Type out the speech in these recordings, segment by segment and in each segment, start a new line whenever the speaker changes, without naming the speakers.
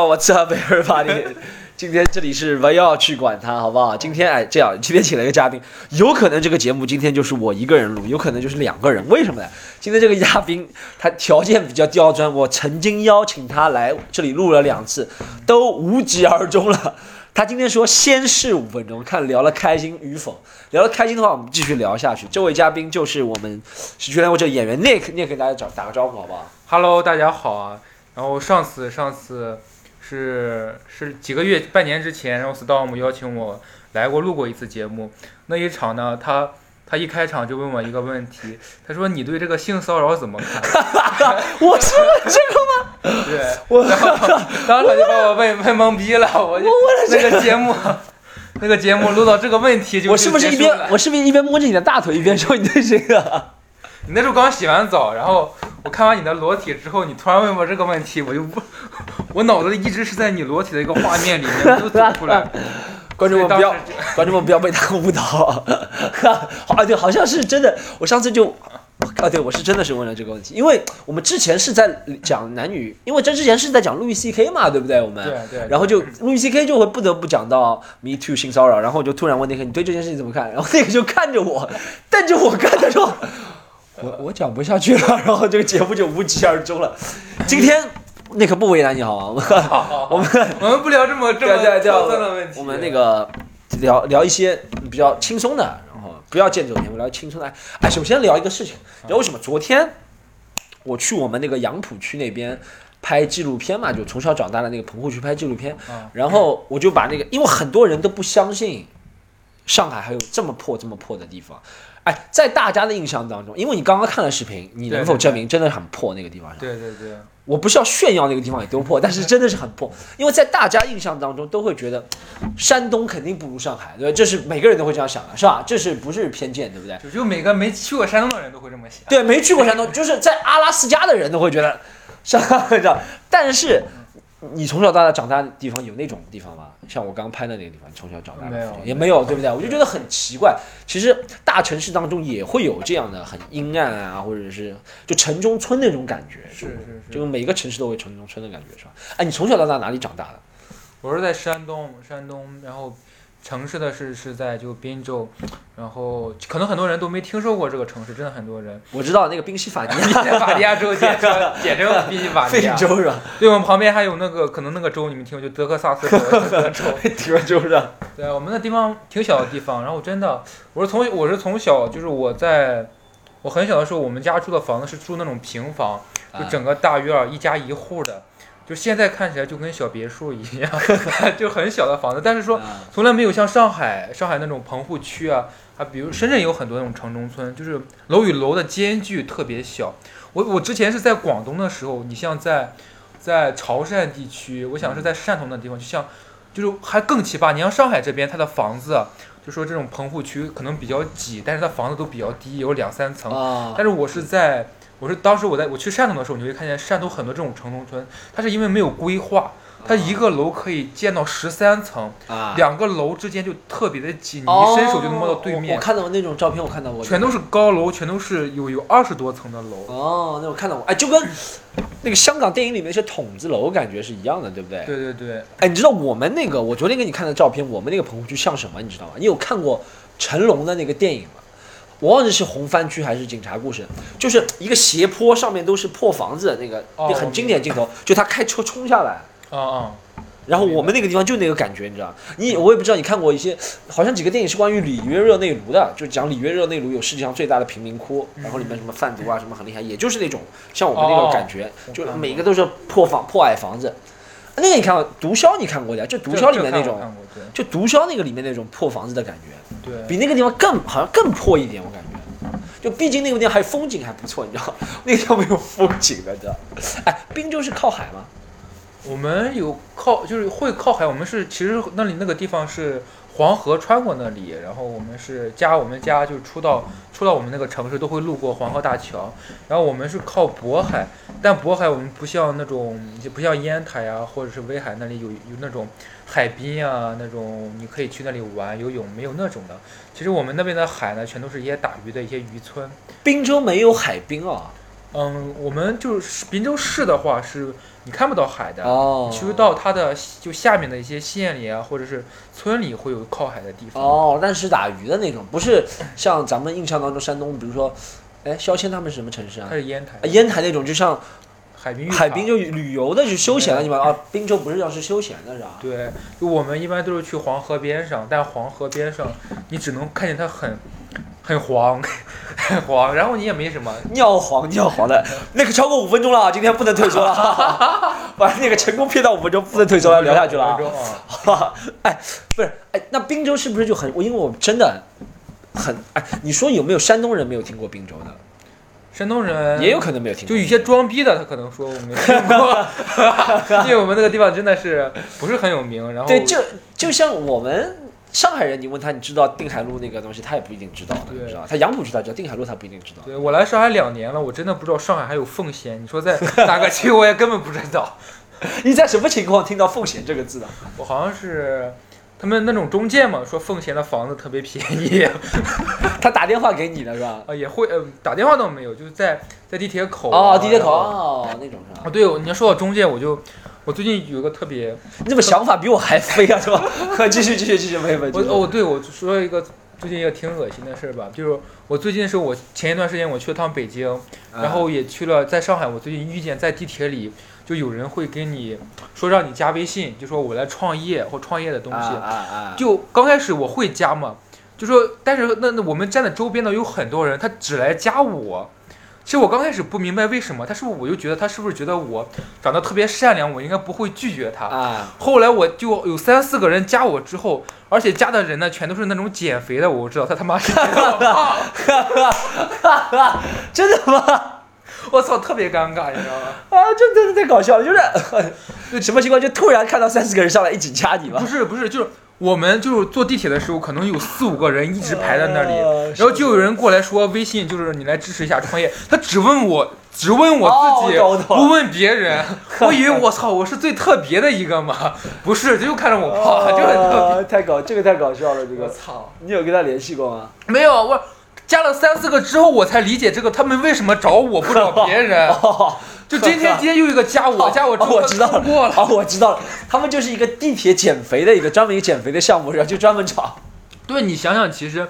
What's up, everybody？今天这里是不要去管他，好不好？今天哎，这样，今天请了一个嘉宾，有可能这个节目今天就是我一个人录，有可能就是两个人，为什么呢？今天这个嘉宾他条件比较刁钻，我曾经邀请他来这里录了两次，都无疾而终了。他今天说先试五分钟，看聊了开心与否。聊得开心的话，我们继续聊下去。这位嘉宾就是我们喜剧联合这演员 Nick，Nick 给大家打打个招呼，好不好？
Hello，大家好啊！然后上次上次是是几个月半年之前，然后 Storm 邀请我来过录过一次节目。那一场呢，他他一开场就问我一个问题，他说你对这个性骚扰怎么看？
我是这个吗？
对，
我
然后当场就把我问问懵逼了，我就那个节目。那个节目录到这个问题 就
我是不是一
就结束了
边我是不是一边摸着你的大腿一边说你对这个？
你那时候刚洗完澡，然后我看完你的裸体之后，你突然问我这个问题，我就不， 我脑子里一直是在你裸体的一个画面里面， 没有走出来。
观众们不要
所以当时，
观众们不要被他误导。 好啊，对，好像是真的。我上次就，啊，对，我是真的是问了这个问题，因为我们之前是在讲男女，因为这之前是在讲路易 C K 嘛，对不对？我们
对对对
然后就路易 C K 就会不得不讲到 Me Too 性骚扰，然后我就突然问那个你对这件事情怎么看？然后那个就看着我，瞪着我看，他说我我讲不下去了，然后这个节目就无疾而终了。今天那可不为难你好吗？
好好好
我们
我们不聊这么这
对啊对啊
么
对啊
刁钻的问题。
我们那个聊聊一些比较轻松的，然后不要见这种我们聊轻松的。哎，首先聊一个事情，你知道为什么？昨天我去我们那个杨浦区那边拍纪录片嘛，就从小长大的那个棚户区拍纪录片，
啊，
然后我就把那个，因为很多人都不相信上海还有这么破这么破的地方。哎，在大家的印象当中，因为你刚刚看了视频，你能否
对对
证明真的很破那个地方？
对对对，
我不是要炫耀那个地方有多
嗯
破，但是真的是很破，因为在大家印象当中都会觉得，山东肯定不如上海，对吧？这是每个人都会这样想的，是吧？这是不是偏见，对不对？
就就每个没去过山东的人都会这么想。
对，没去过山东，就是在阿拉斯加的人都会觉得 上海这样，但是你从小到大长大的地方有那种地方吗？像我刚刚拍的那个地方，从小长大的
没有
也没有，对不对？我就觉得很奇怪。其实大城市当中也会有这样的很阴暗啊，或者是就城中村那种感觉，
是是是
就每个城市都会城中村的感觉，是吧？哎，你从小到大哪里长大的？
我是在山东，山东，然后城市的是是在就滨州，然后可能很多人都没听说过这个城市，真的很多人。
我知道那个啊宾夕法 尼
宾
亚
夕法尼亚州简称简称宾夕法尼
非
亚。
洲是 吧？
对，我们旁边还有那个可能那个州你们听过，就德克萨斯州。
非洲是吧？
对，啊我们那地方挺小的地方，然后真的，我是从我是从小就是我在我很小的时候，我们家住的房子是住那种平房，
啊
就整个大院儿一家一户的，就现在看起来就跟小别墅一样， 就很小的房子，但是说。
啊
从来没有像上海、上海那种棚户区啊，啊，比如深圳也有很多那种城中村，就是楼与楼的间距特别小。我我之前是在广东的时候，你像在在潮汕地区，我想是在汕头那地方，就像就是还更奇葩。你像上海这边，它的房子啊就说这种棚户区可能比较挤，但是它房子都比较低，有两三层。
啊
但是我是在，我是当时我在我去汕头的时候，你会看见汕头很多这种城中村，它是因为没有规划，它
哦
一个楼可以建到十三层，
啊！
两个楼之间就特别的近，你
哦
一伸手就能摸到对
我
面
我，看到那种照片，我看到过，
全都是高楼，全都是有有二十多层的楼。
哦，那我看到过，哎，就跟那个香港电影里面那些筒子楼感觉是一样的，对不对？
对对对，
哎，你知道我们那个，我昨天给你看的照片，我们那个棚户区像什么？你知道吗？你有看过成龙的那个电影吗？我忘记是《红番区》还是《警察故事》，就是一个斜坡，上面都是破房子，那个、
哦
那很经典镜头，就他开车冲下来，
啊啊、
然后我们那个地方就那个感觉，你知道？你
嗯
我也不知道你看过一些，好像几个电影是关于里约热内卢的，就讲里约热内卢有世界上最大的贫民窟，
嗯
然后里面什么贩毒啊什么很厉害，也就是那种像我们那种感觉，
哦
就
我看过
每个都是破房破矮房子。那个你看过《毒枭》，你看过的呀，就《
这
毒枭》里面那
这看
种
我，看过，嗯对
就《毒枭》那个里面那种破房子的感觉，
对。
比那个地方更好像更破一点，我感觉。就毕竟那个地方还风景还不错，你知道， 那个地方没有风景的，你知道。哎，滨州是靠海吗？
我们有靠，就是会靠海。我们是其实那里那个地方是黄河穿过那里，然后我们是家，我们家就出到出到我们那个城市都会路过黄河大桥。然后我们是靠渤海，但渤海我们不像那种就不像烟台啊，或者是威海那里有有那种海滨啊，那种你可以去那里玩游泳，没有那种的。其实我们那边的海呢，全都是一些打鱼的一些渔村。
滨州没有海滨啊、
嗯，我们就是滨州市的话是你看不到海的，
哦，
其实到它的西就下面的一些县里啊，或者是村里会有靠海的地方。
哦，但是打鱼的那种，不是像咱们印象当中山东，比如说，哎，肖谦他们是什么城市啊
它？是烟台
啊，烟台那种，就像
海滨浴
海
场
滨就旅游的，就休闲的地方啊。滨州不是要是休闲的是吧？
对，就我们一般都是去黄河边上，但黄河边上你只能看见它很很黄，很黄，然后你也没什么。
尿黄尿黄的， 那个超过五分钟了啊，今天不能退缩了 啊，把那个成功骗到五分钟，不能退缩了，聊下去了啊。
五分钟啊
哎，不是，哎，那滨州是不是就很？我因为我真的很哎，你说有没有山东人没有听过滨州的？
山东人
也有可能没有听
就
过。
有些装逼的，他可能说我没听过， 因为我们那个地方真的是不是很有名。然后
对，就就像我们上海人，你问他你知道定海路那个东西，他也不一定知道的，
对
你知道吧？他杨浦知道，知道定海路他不一定知道。
对我来上海两年了，我真的不知道上海还有奉贤。你说在哪个 区，我也根本不知道。
你在什么情况听到奉贤这个字的？
我好像是他们那种中介嘛，说奉贤的房子特别便 宜，
他打电话给你的是吧？
啊，也会，呃，打电话倒没有，就是在在地铁口啊、
哦，地铁口
然后
哦，那种是吧
啊，？对，我你要说到中介，我就我最近有一个特别，
你怎么想法比我还飞啊？是吧？ 继续继续继续，没问
我
题。
哦，对，我就说一个最近一个挺恶心的事儿吧，就是我最近是我前一段时间我去了趟北京，
啊
然后也去了在上海，我最近遇见在地铁里就有人会跟你说让你加微信，就说我来创业或创业的东西，
啊啊啊！
就刚开始我会加嘛，就说但是那那我们站在周边的有很多人，他只来加我。其实我刚开始不明白为什么，他是不是我就觉得他是不是觉得我长得特别善良，我应该不会拒绝他。
啊，
后来我就有三四个人加我之后，而且加的人呢全都是那种减肥的，我知道他他妈 是
真的吗？
我操，特别尴尬，你知道吗？
啊，这真的太搞笑了，就是 什么情况？就突然看到三四个人上来一起掐你
不
吧？
是不是，就是我们就是坐地铁的时候，可能有四五个人一直排在那里，
呃
然后就有人过来说微信，就是你来支持一下创业。他只问我，只
哦
问我自己，
我懂我懂
不问 别人。我以为我操，我是最特别的一个嘛，不是，就看着我胖，就很特
啊 太搞，这个太搞笑了，这
别。我
个。
操，
你有跟他联系过吗？
没有我。加了三四个之后，我才理解这个他们为什么找我 不找别人。
哦，
就今天今天又一个加我，加我之
哦，
后
我知道
他通
了，
过了。
哦， 我知道了，他们就是一个地铁减肥的一个专门一个减肥的项目，然后就专门找。
对你想想，其实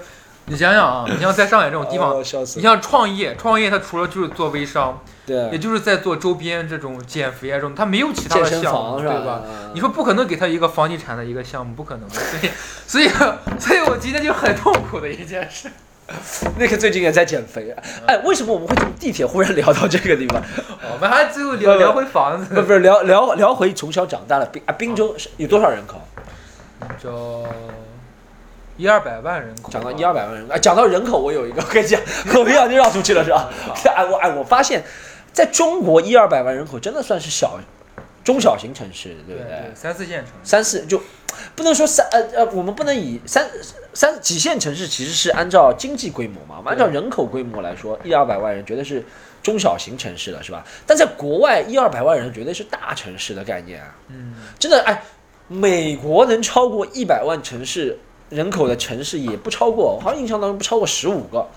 你想想啊，你像在上海这种地方，
哦笑死
你
了。
像创业，创业它除了就是做微商，也
对，
就是在做周边这种减肥啊这种，他没有其
嗯
他
健
的
身
项
房
目，
是嗯
对吧？？你说不可能给他一个房地产的一个项目，不可能的，所以，所以，所以我今天就很痛苦的一件事。
那个最近也在减肥。哎，为什么我们会从地铁忽然聊到这个地方？
我们还最后
呃
聊聊回房
不
子，
不是聊聊聊回从小长大的滨啊，滨州是有多少人口？
就一二百万人口，
讲到一二百万人口，哎，讲到人口，我有一个，我跟你 讲，我一下就绕出去了，是吧？
啊
哎，我哎，我发现，在中国一二百万人口真的算是小中小型城市，对
对
不
对，三四线城市，
三四就不能说三呃呃，我们不能以三三几线城市其实是按照经济规模嘛，我们按照人口规模来说，一二百万人绝对是中小型城市了，是吧？但在国外，一二百万人绝对是大城市的概念啊！
嗯，
真的哎，美国能超过一百万城市人口的城市也不超过，我好像印象当中不超过十五个。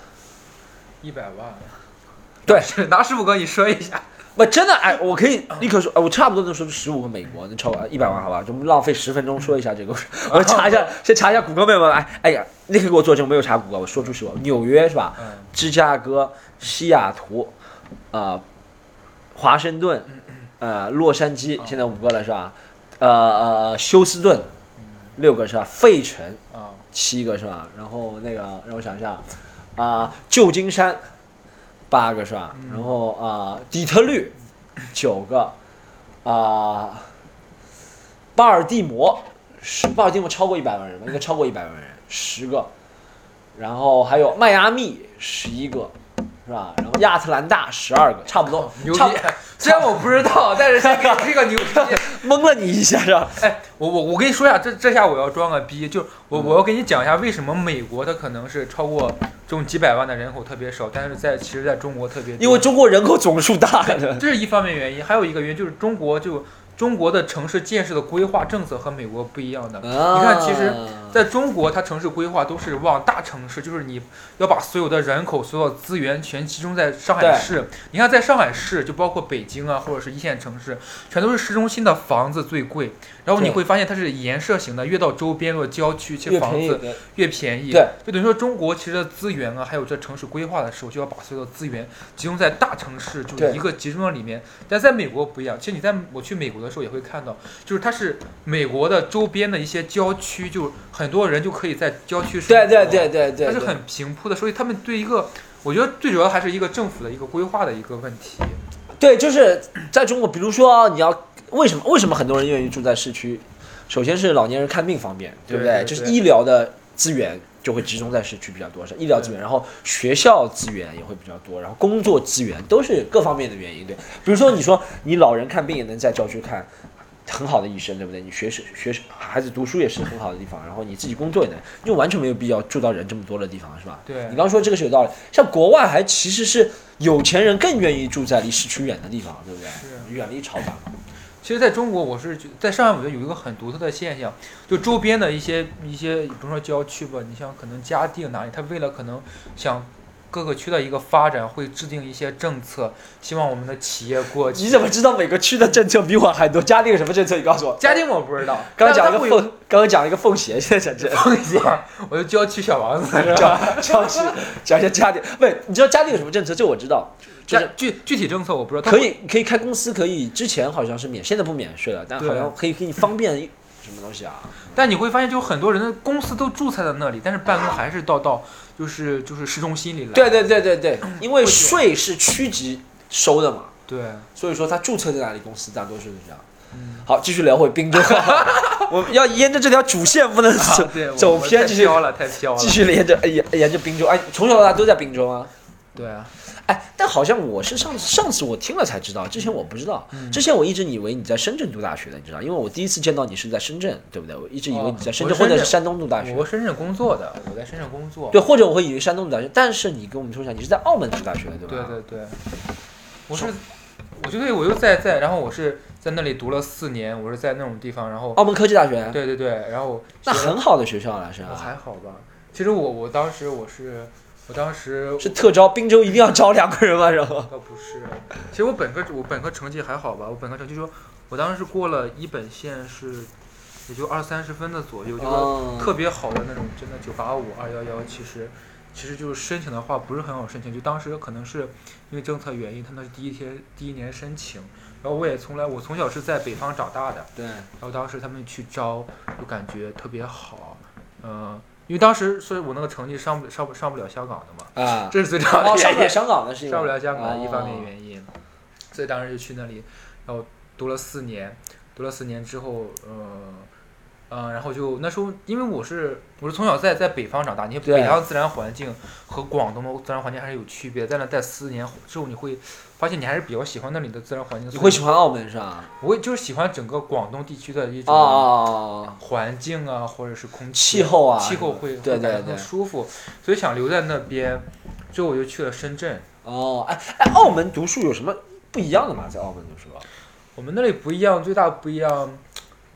一百万，
对嗯
是拿师傅哥你说一下，
不，真的哎，我可以立刻说，哎，我差不多能说出十五个美国，能超过一百万，好吧？就浪费十分钟说一下这个，我查一下，先查一下谷歌妹妹，哎，哎呀，立刻给我作证，我没有查谷歌，我说出十五，纽约是吧？
嗯，
芝加哥、西雅图，啊、华盛顿，呃，洛杉矶，现在五个了是吧？呃呃，休斯顿，六个是吧？费城
啊，
七个是吧？然后那个让我想一下，啊、旧金山八个是吧？
嗯
然后啊、底特律九个，啊、巴尔的摩十，巴尔的摩超过一百万人吧？应该超过一百万人，十个。然后还有迈阿密十一个，是吧？然后亚特兰大十二个，差不多，
牛
差
逼！虽然我不知道，但是 先给这个牛逼。
蒙了你一下是吧？
哎，我我我跟你说一下，这这下我要装个逼，就是我我要跟你讲一下为什么美国它可能是超过这种几百万的人口特别少，但是在其实在中国特别多，
因为中国人口总数大的。
这是一方面原因，还有一个原因就是中国就。中国的城市建设的规划政策和美国不一样的。
啊
你看其实在中国，它城市规划都是往大城市，就是你要把所有的人口、所有资源全集中在上海
对
市。你看，在上海市，就包括北京啊，或者是一线城市，全都是市中心的房子最贵。然后你
对
会发现它是沿设型的，越到周边、越到郊区，其实
越
房
便宜
子
的
越便宜。
对，
就等于说中国其实的资源啊，还有这城市规划的时候，就要把所有的资源集中在大城市，就
对
是一个集中到里面。但在美国不一样，其实你在我去美国的时候也会看到，就是它是美国的周边的一些郊区，就很多人就可以在郊区生活
对对对对对，
它是
对
很平铺的，所以他们对一个，我觉得最主要还是一个政府的一个规划的一个问题。
对，就是在中国，比如说你要为什么为什么很多人愿意住在市区？首先是老年人看病方便，对不
对对
就是
对
医疗的资源就会集中在市区比较多，是医疗资源，然后学校资源也会比较多，然后工作资源都是各方面的原因。对，比如说你说你老人看病也能在郊区看。很好的医生，对不对？你学生学生孩子读书也是很好的地方，然后你自己工作也能，就完全没有必要住到人这么多的地方，是吧？
对
你刚说这个是有道理，像国外还其实是有钱人更愿意住在离市区远的地方，对不对？
是
远离潮汐。
其实，在中国，我是觉在上海，我觉得有一个很独特的现象，就周边的一些一些，比如说郊区吧，你像可能嘉定哪里，他为了可能想各个区的一个发展，会制定一些政策，希望我们的企业过去。
你怎么知道每个区的政策比我还多？嘉定有什么政策？你告诉我。
嘉定我不知道，
刚刚讲一
但
个
它会
奉，刚刚讲一个奉贤，现在讲这
有一些，啊我就郊区小王子是吧？
讲讲是讲一下嘉定。不，你知道嘉定有什么政策？这我知道，就
但
是
具具体政策我不知道，
可以可以开公司，可以之前好像是免，现在不免税了，但好像可以给你方便一什么东西啊？
但你会发现，就很多人的公司都注册在那里，但是办公还是到到就是就是市中心里来。
对对对对对，因为税是区级收的嘛，
对，
所以说他注册在哪里，公司大多数是这样。
嗯，
好，继续聊回滨州， 我们要沿着这条主线不 能走、
对，我
走
我
偏，
太
继续
飘了，太飘了。
继续沿着哎沿沿着滨州，哎，从小到大都在滨州啊。
对啊，
哎，但好像我是上上次我听了才知道，之前我不知道，
嗯
之前我一直以为你在深圳读大学的，你知道，因为我第一次见到你是在深圳，对不对？我一直以为你在深圳、
哦我是
或
深圳
者是山东读大学，
我深圳工作的，我在深圳工作。
对，或者我会以为山东读大学，但是你跟我们说一下，你是在澳门读大学的，对吧？
对对对，我是，我就对我又在在，然后我是在那里读了四年，我是在那种地方，然后
澳门科技大学，
对对对，然后
哦那
学了
很好的学校了，是
我
啊，
还好吧。其实我我当时我是我当时
是特招，滨州一定要招两个人吗？然后
倒不是，其实我本科我本科成绩还好吧，我本科成绩说，我当时是过了一本线是，也就二三十分的左右，就是
哦
特别好的那种，真的九八五二幺幺，其实其实就是申请的话不是很好申请，就当时可能是因为政策原因，他们是第一天第一年申请，然后我也从来我从小是在北方长大的，
对，
然后当时他们去招，就感觉特别好，嗯、因为当时所以我那个成绩上不上不上不了香港的嘛，
啊，
这是最重要
哦，
的
上
原
不
因
了。香港的是因为
上不了香港，一方
哦
面原因，所以当时就去那里，然后读了四年，读了四年之后，呃，呃，然后就那时候，因为我是我是从小在在北方长大，你
对
北方自然环境和广东的自然环境还是有区别，在那待四年之后，你会发现你还是比较喜欢那里的自然环境，
你会喜
欢，
欢澳门是吧？
我会就是喜欢整个广东地区的一
哦
种。
哦哦，
环境啊，或者是空气
气候啊，
气候会
对
会感
对
觉
对
更，舒服，所以想留在那边，最后我就去了深圳，
哦，哎哎，澳门读书有什么不一样的吗？在澳门读书，啊
我们那里不一样，最大不一样，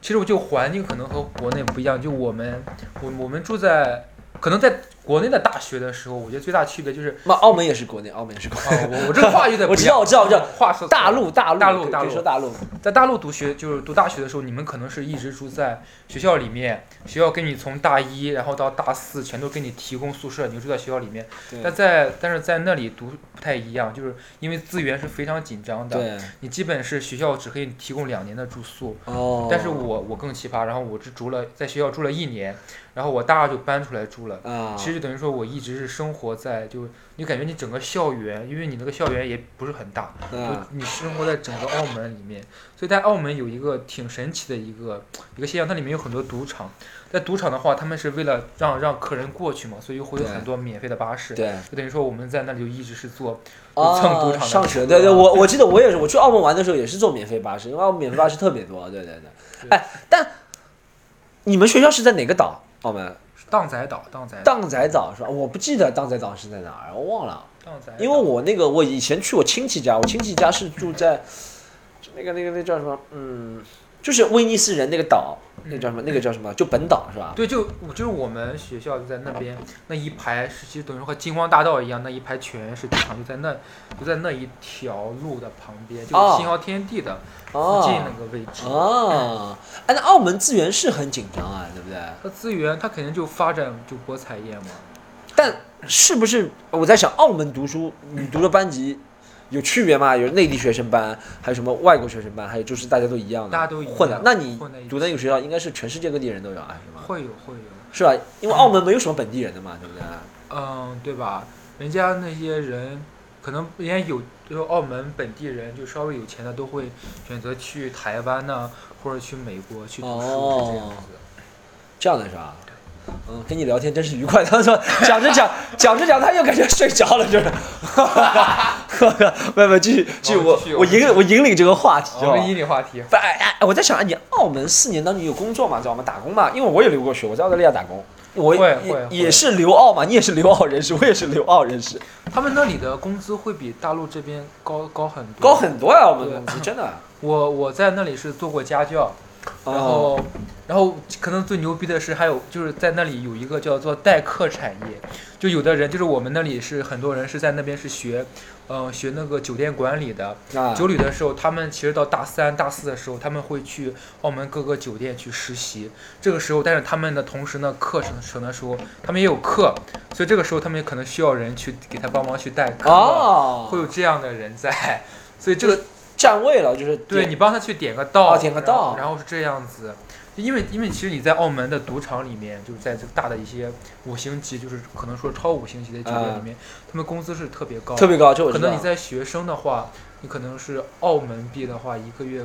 其实我就环境可能和国内不一样，就我们我我们住在可能在国内的大学的时候，我觉得最大区别就是，
那澳门也是国内，澳门也是国
哦， 我我这个话有点
我
不
知
一样
道，我知道，我知道，
话说错了
大陆大陆
大陆
可以
大
可以
陆
说大陆，
在大陆读学就是读大学的时候，你们可能是一直住在学校里面，学校给你从大一然后到大四全都给你提供宿舍，你就住在学校里面。但在但是在那里读不太一样，就是因为资源是非常紧张的，
对，
你基本是学校只可以提供两年的住宿，
哦，
但是我我更奇葩，然后我只住了在学校住了一年，然后我大二就搬出来住了。
啊，
其实就等于说我一直是生活在就你感觉你整个校园，因为你那个校园也不是很大，就
嗯
你生活在整个澳门里面，所以在澳门有一个挺神奇的一个一个现象，它里面有很多赌场，在赌场的话，他们是为了让让客人过去嘛，所以会有
对
很多免费的巴士，
对，
就等于说我们在那里就一直是坐
啊，
蹭赌场啊的
上学，对对，我我记得我也是，我去澳门玩的时候也是坐免费巴士，因为澳门免费巴士特别多，对对对，
对
哎，但你们学校是在哪个岛？澳门
荡仔岛，荡仔岛，
荡仔岛是吧？我不记得荡仔岛是在哪儿，我忘了。
荡仔岛，
因为我那个我以前去我亲戚家，我亲戚家是住在就那个那个那叫什么？嗯，就是威尼斯人那个岛，那个叫什么？那个叫什么？就本岛是吧？
对，就我就是我们学校就在那边那一排是，其实等于说和金光大道一样，那一排全是机场，就在那就在那一条路的旁边，就
哦
是星耀天地的附近
哦
那个位置。
哦，哎，那澳门资源是很紧张啊，对不对？
它资源，它肯定就发展就博彩业嘛。
但是不是我在想，澳门读书你读的班级有区别吗？有内地学生班，还有什么外国学生班，还有就是大家都一样的，
大家都一样
混的。那你
混在一起
读那个学校，应该是全世界各地人都有啊，是吗？
会有会有，
是吧？因为澳门没有什么本地人的嘛，对不对？
嗯，对吧？人家那些人，可能人家有，就是澳门本地人，就稍微有钱的都会选择去台湾呐、或者去美国去读书，是这样
哦
子的。
这样的是吧？嗯，跟你聊天真是愉快。他说 讲着讲讲着讲，他又感觉睡着了，就是。 没有没有，继续继续，
我
我
们哦继续
我
我们继续哦
引我引领这个话题，好
我
吧
们引领话题，
不，哎哎，哎我在想，哎你澳门四年当中有工作嘛，在澳门打工嘛？因为我也留过学，我在澳大利亚打工，我
会
也
会嗯
也
会
是留澳嘛，你也是留澳人士，我也是留澳人士，
他们那里的工资会比大陆这边高高很多。
高很多呀、我们
对
工资真的。
我我在那里是做过家教，然
哦，
后、然后可能最牛逼的是还有就是在那里有一个叫做代课产业，就有的人就是我们那里是很多人是在那边是学，嗯、学那个酒店管理的。
啊，
九旅的时候，他们其实到大三、大四的时候，他们会去澳门各个酒店去实习。这个时候，但是他们的同时呢，课程程的时候，他们也有课，所以这个时候他们可能需要人去给他帮忙去代课，
哦，
会有这样的人在。所以这个
站位了，就是
对你帮他去点个到，
哦点个到
然后然后是这样子。因为因为其实你在澳门的赌场里面，就是在这个大的一些五星级，就是可能说超五星级的酒店里面，他们工资是特别高的，
嗯特别高，这我
可
知道
能你。在学生的话，你可能是澳门币的话，一个月，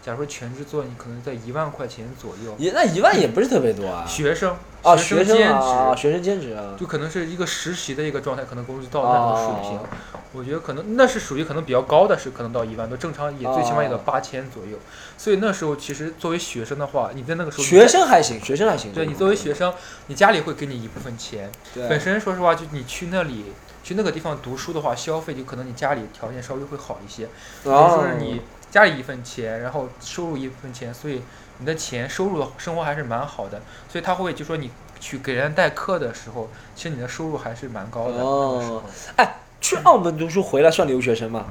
假如说全职做，你可能在一万块钱左右。
也那一万也不是特别多啊，
学生
啊，
学
学
生
生
兼职，
啊，学生兼职啊，
就可能是一个实习的一个状态，可能工资到那种水平。
哦
我觉得可能那是属于可能比较高的，是可能到一万多，正常也最起码也到
哦
八千左右。所以那时候其实作为学生的话，你在那个时候
学，生还行，学生还行。
对你作为学生，你家里会给你一部分钱。本
对
身说实话，就你去那里去那个地方读书的话，消费就可能你家里条件稍微会好一些。比如说
哦
是你家里一份钱，然后收入一份钱，所以你的钱收入生活还是蛮好的，所以他会就说你去给人家代课的时候，其实你的收入还是蛮高的。那个时候
哦，哎，去澳门读书回来算留学生吗？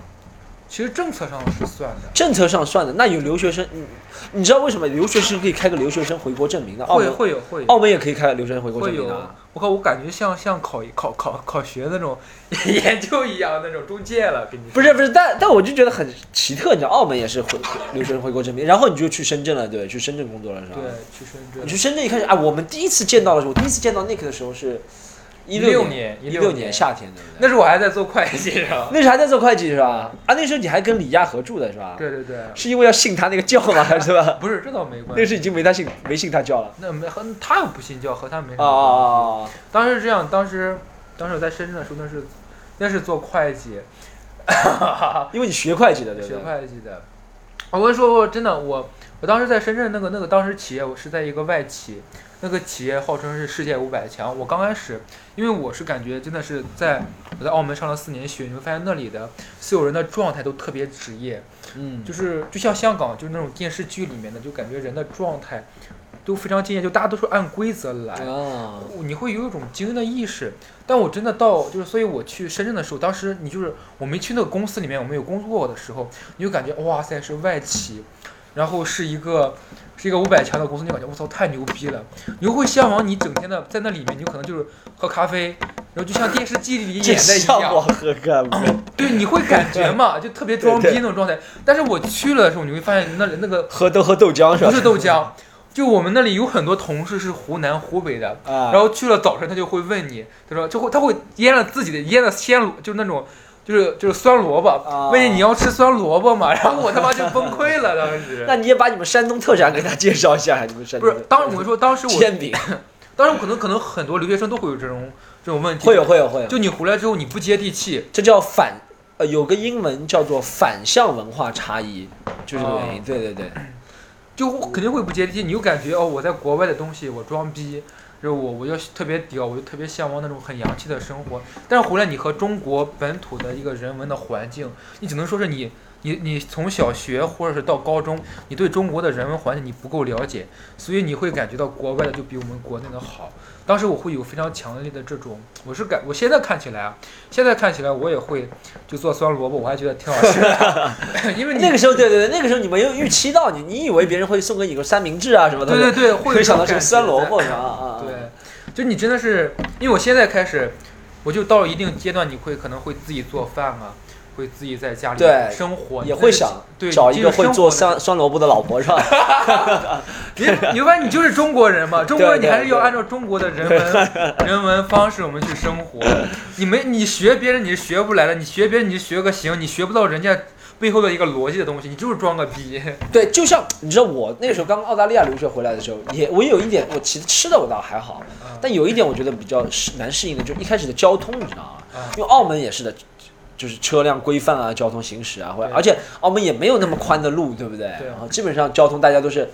其实政策上是算的，
政策上算的，那有留学生，你你知道为什么留学生可以开个留学生回国证明的？啊澳
会
门
会有会有
澳门也可以开留学生回国证
会
明的
有
啊。。
我靠，我感觉像像考考考考学那种 研究一样那种中介了，跟你说
不是不是，但但我就觉得很奇特，你知道，澳门也是回留学生回国证明，然后你就去深圳了，对，去深圳工作了是吧？
对，去深
你
圳
去深圳一开始啊，我们第一次见到的时候，我第一次见到 Nick 的时候是一六
年
一
六
年
年，
夏天，对不对？
那时候我还在做会计呢。
那时候还在做会计是吧？啊，那时候你还跟李亚合住的是吧？，
对对对，
是因为要信他那个教嘛，是吧？
不是这倒没关
那
系。
时候已经没他信没信他教了。
那没和他又不信教，和他没什
啊啊
么关系。
啊！啊
当时是这样，当时当时我在深圳的时候，那是那是做会计，
啊因为你学会计的，对不
学
对？
会计的。我跟你说，我真的，我我当时在深圳那个那个当时企业，我是在一个外企，那个企业号称是世界五百强。我刚开始，因为我是感觉真的是在我在澳门上了四年学，你会发现那里的所有人的状态都特别职业，
嗯
就，是就像香港就是那种电视剧里面的，就感觉人的状态都非常敬业，就大家都是按规则来。
啊，
你会有一种精英的意识，但我真的到就是，所以我去深圳的时候，当时你就是我没去那个公司里面，我没有工作过的时候，你就感觉哇塞是外企，然后是一个是一个五百强的公司，你就感觉我操太牛逼了，你就会向往你整天的在那里面，你就可能就是喝咖啡，然后就像电视剧里
这
演的一
像我
样，
喝干不？
对，你会感觉嘛，就特别装逼那种状态。但是我去了的时候，你会发现那里那个
喝都喝豆浆是吧？
不是豆浆，就我们那里有很多同事是湖南、湖北的。
啊，
然后去了早晨，他就会问你，他说就会他会腌了自己的腌了鲜萝，就是那种就是就是酸萝卜，
啊
问你你要吃酸萝 卜吗？然后我他妈就崩溃了，当时
那你也把你们山东特产给大家介绍一下，你们山
不
东
是当时我说当时我
煎饼
当时我可能可能很多留学生都会有这种这种问题，
会有会有会有，
就你回来之后你不接地气，
这叫反呃有个英文叫做反向文化差异，就是这个原因。对对对，
就肯定会不接地气，你就感觉哦我在国外的东西我装逼，就是我我就特别屌，我就特别向往那种很洋气的生活。但是回来你和中国本土的一个人文的环境，你只能说是你你你从小学或者是到高中，你对中国的人文环境你不够了解，所以你会感觉到国外的就比我们国内的好。当时我会有非常强烈的这种，我是感，我现在看起来啊，现在看起来我也会就做酸萝卜，我还觉得挺好 吃的， 因为你
那个时候，对对对，那个时候你没有预期到你，你以为别人会送给你个三明治啊什么的，
对对对，会有
没想到
这
是
种
个酸
感觉
萝卜是吧？啊，啊
对，就你真的是，因为我现在开始，我就到了一定阶段，你会可能会自己做饭啊，会自己在家里
对
生活，
也
你
会
自己
想
对
找
进
一
入
个会
生
做
活的
酸酸萝卜的老婆是 吧？
你你发现你就是中国 人嘛？中国人你还是要按照中国的人文人文方式我们去生活。你没你学别人你是学不来的，你学别人你就学个行，你学不到人家背后的一个逻辑的东西，你就是装个逼。
对，就像你知道我那个时候刚澳大利亚留学回来的时候，也我有一点，我其实吃的我倒还好，
嗯
但有一点我觉得比较适难适应的，就是一开始的交通，你知道吗？
啊
因为澳门也是的，就是车辆规范啊，交通行驶啊，或者
对
而且澳门也没有那么宽的路，对不对？
对
然后基本上交通大家都是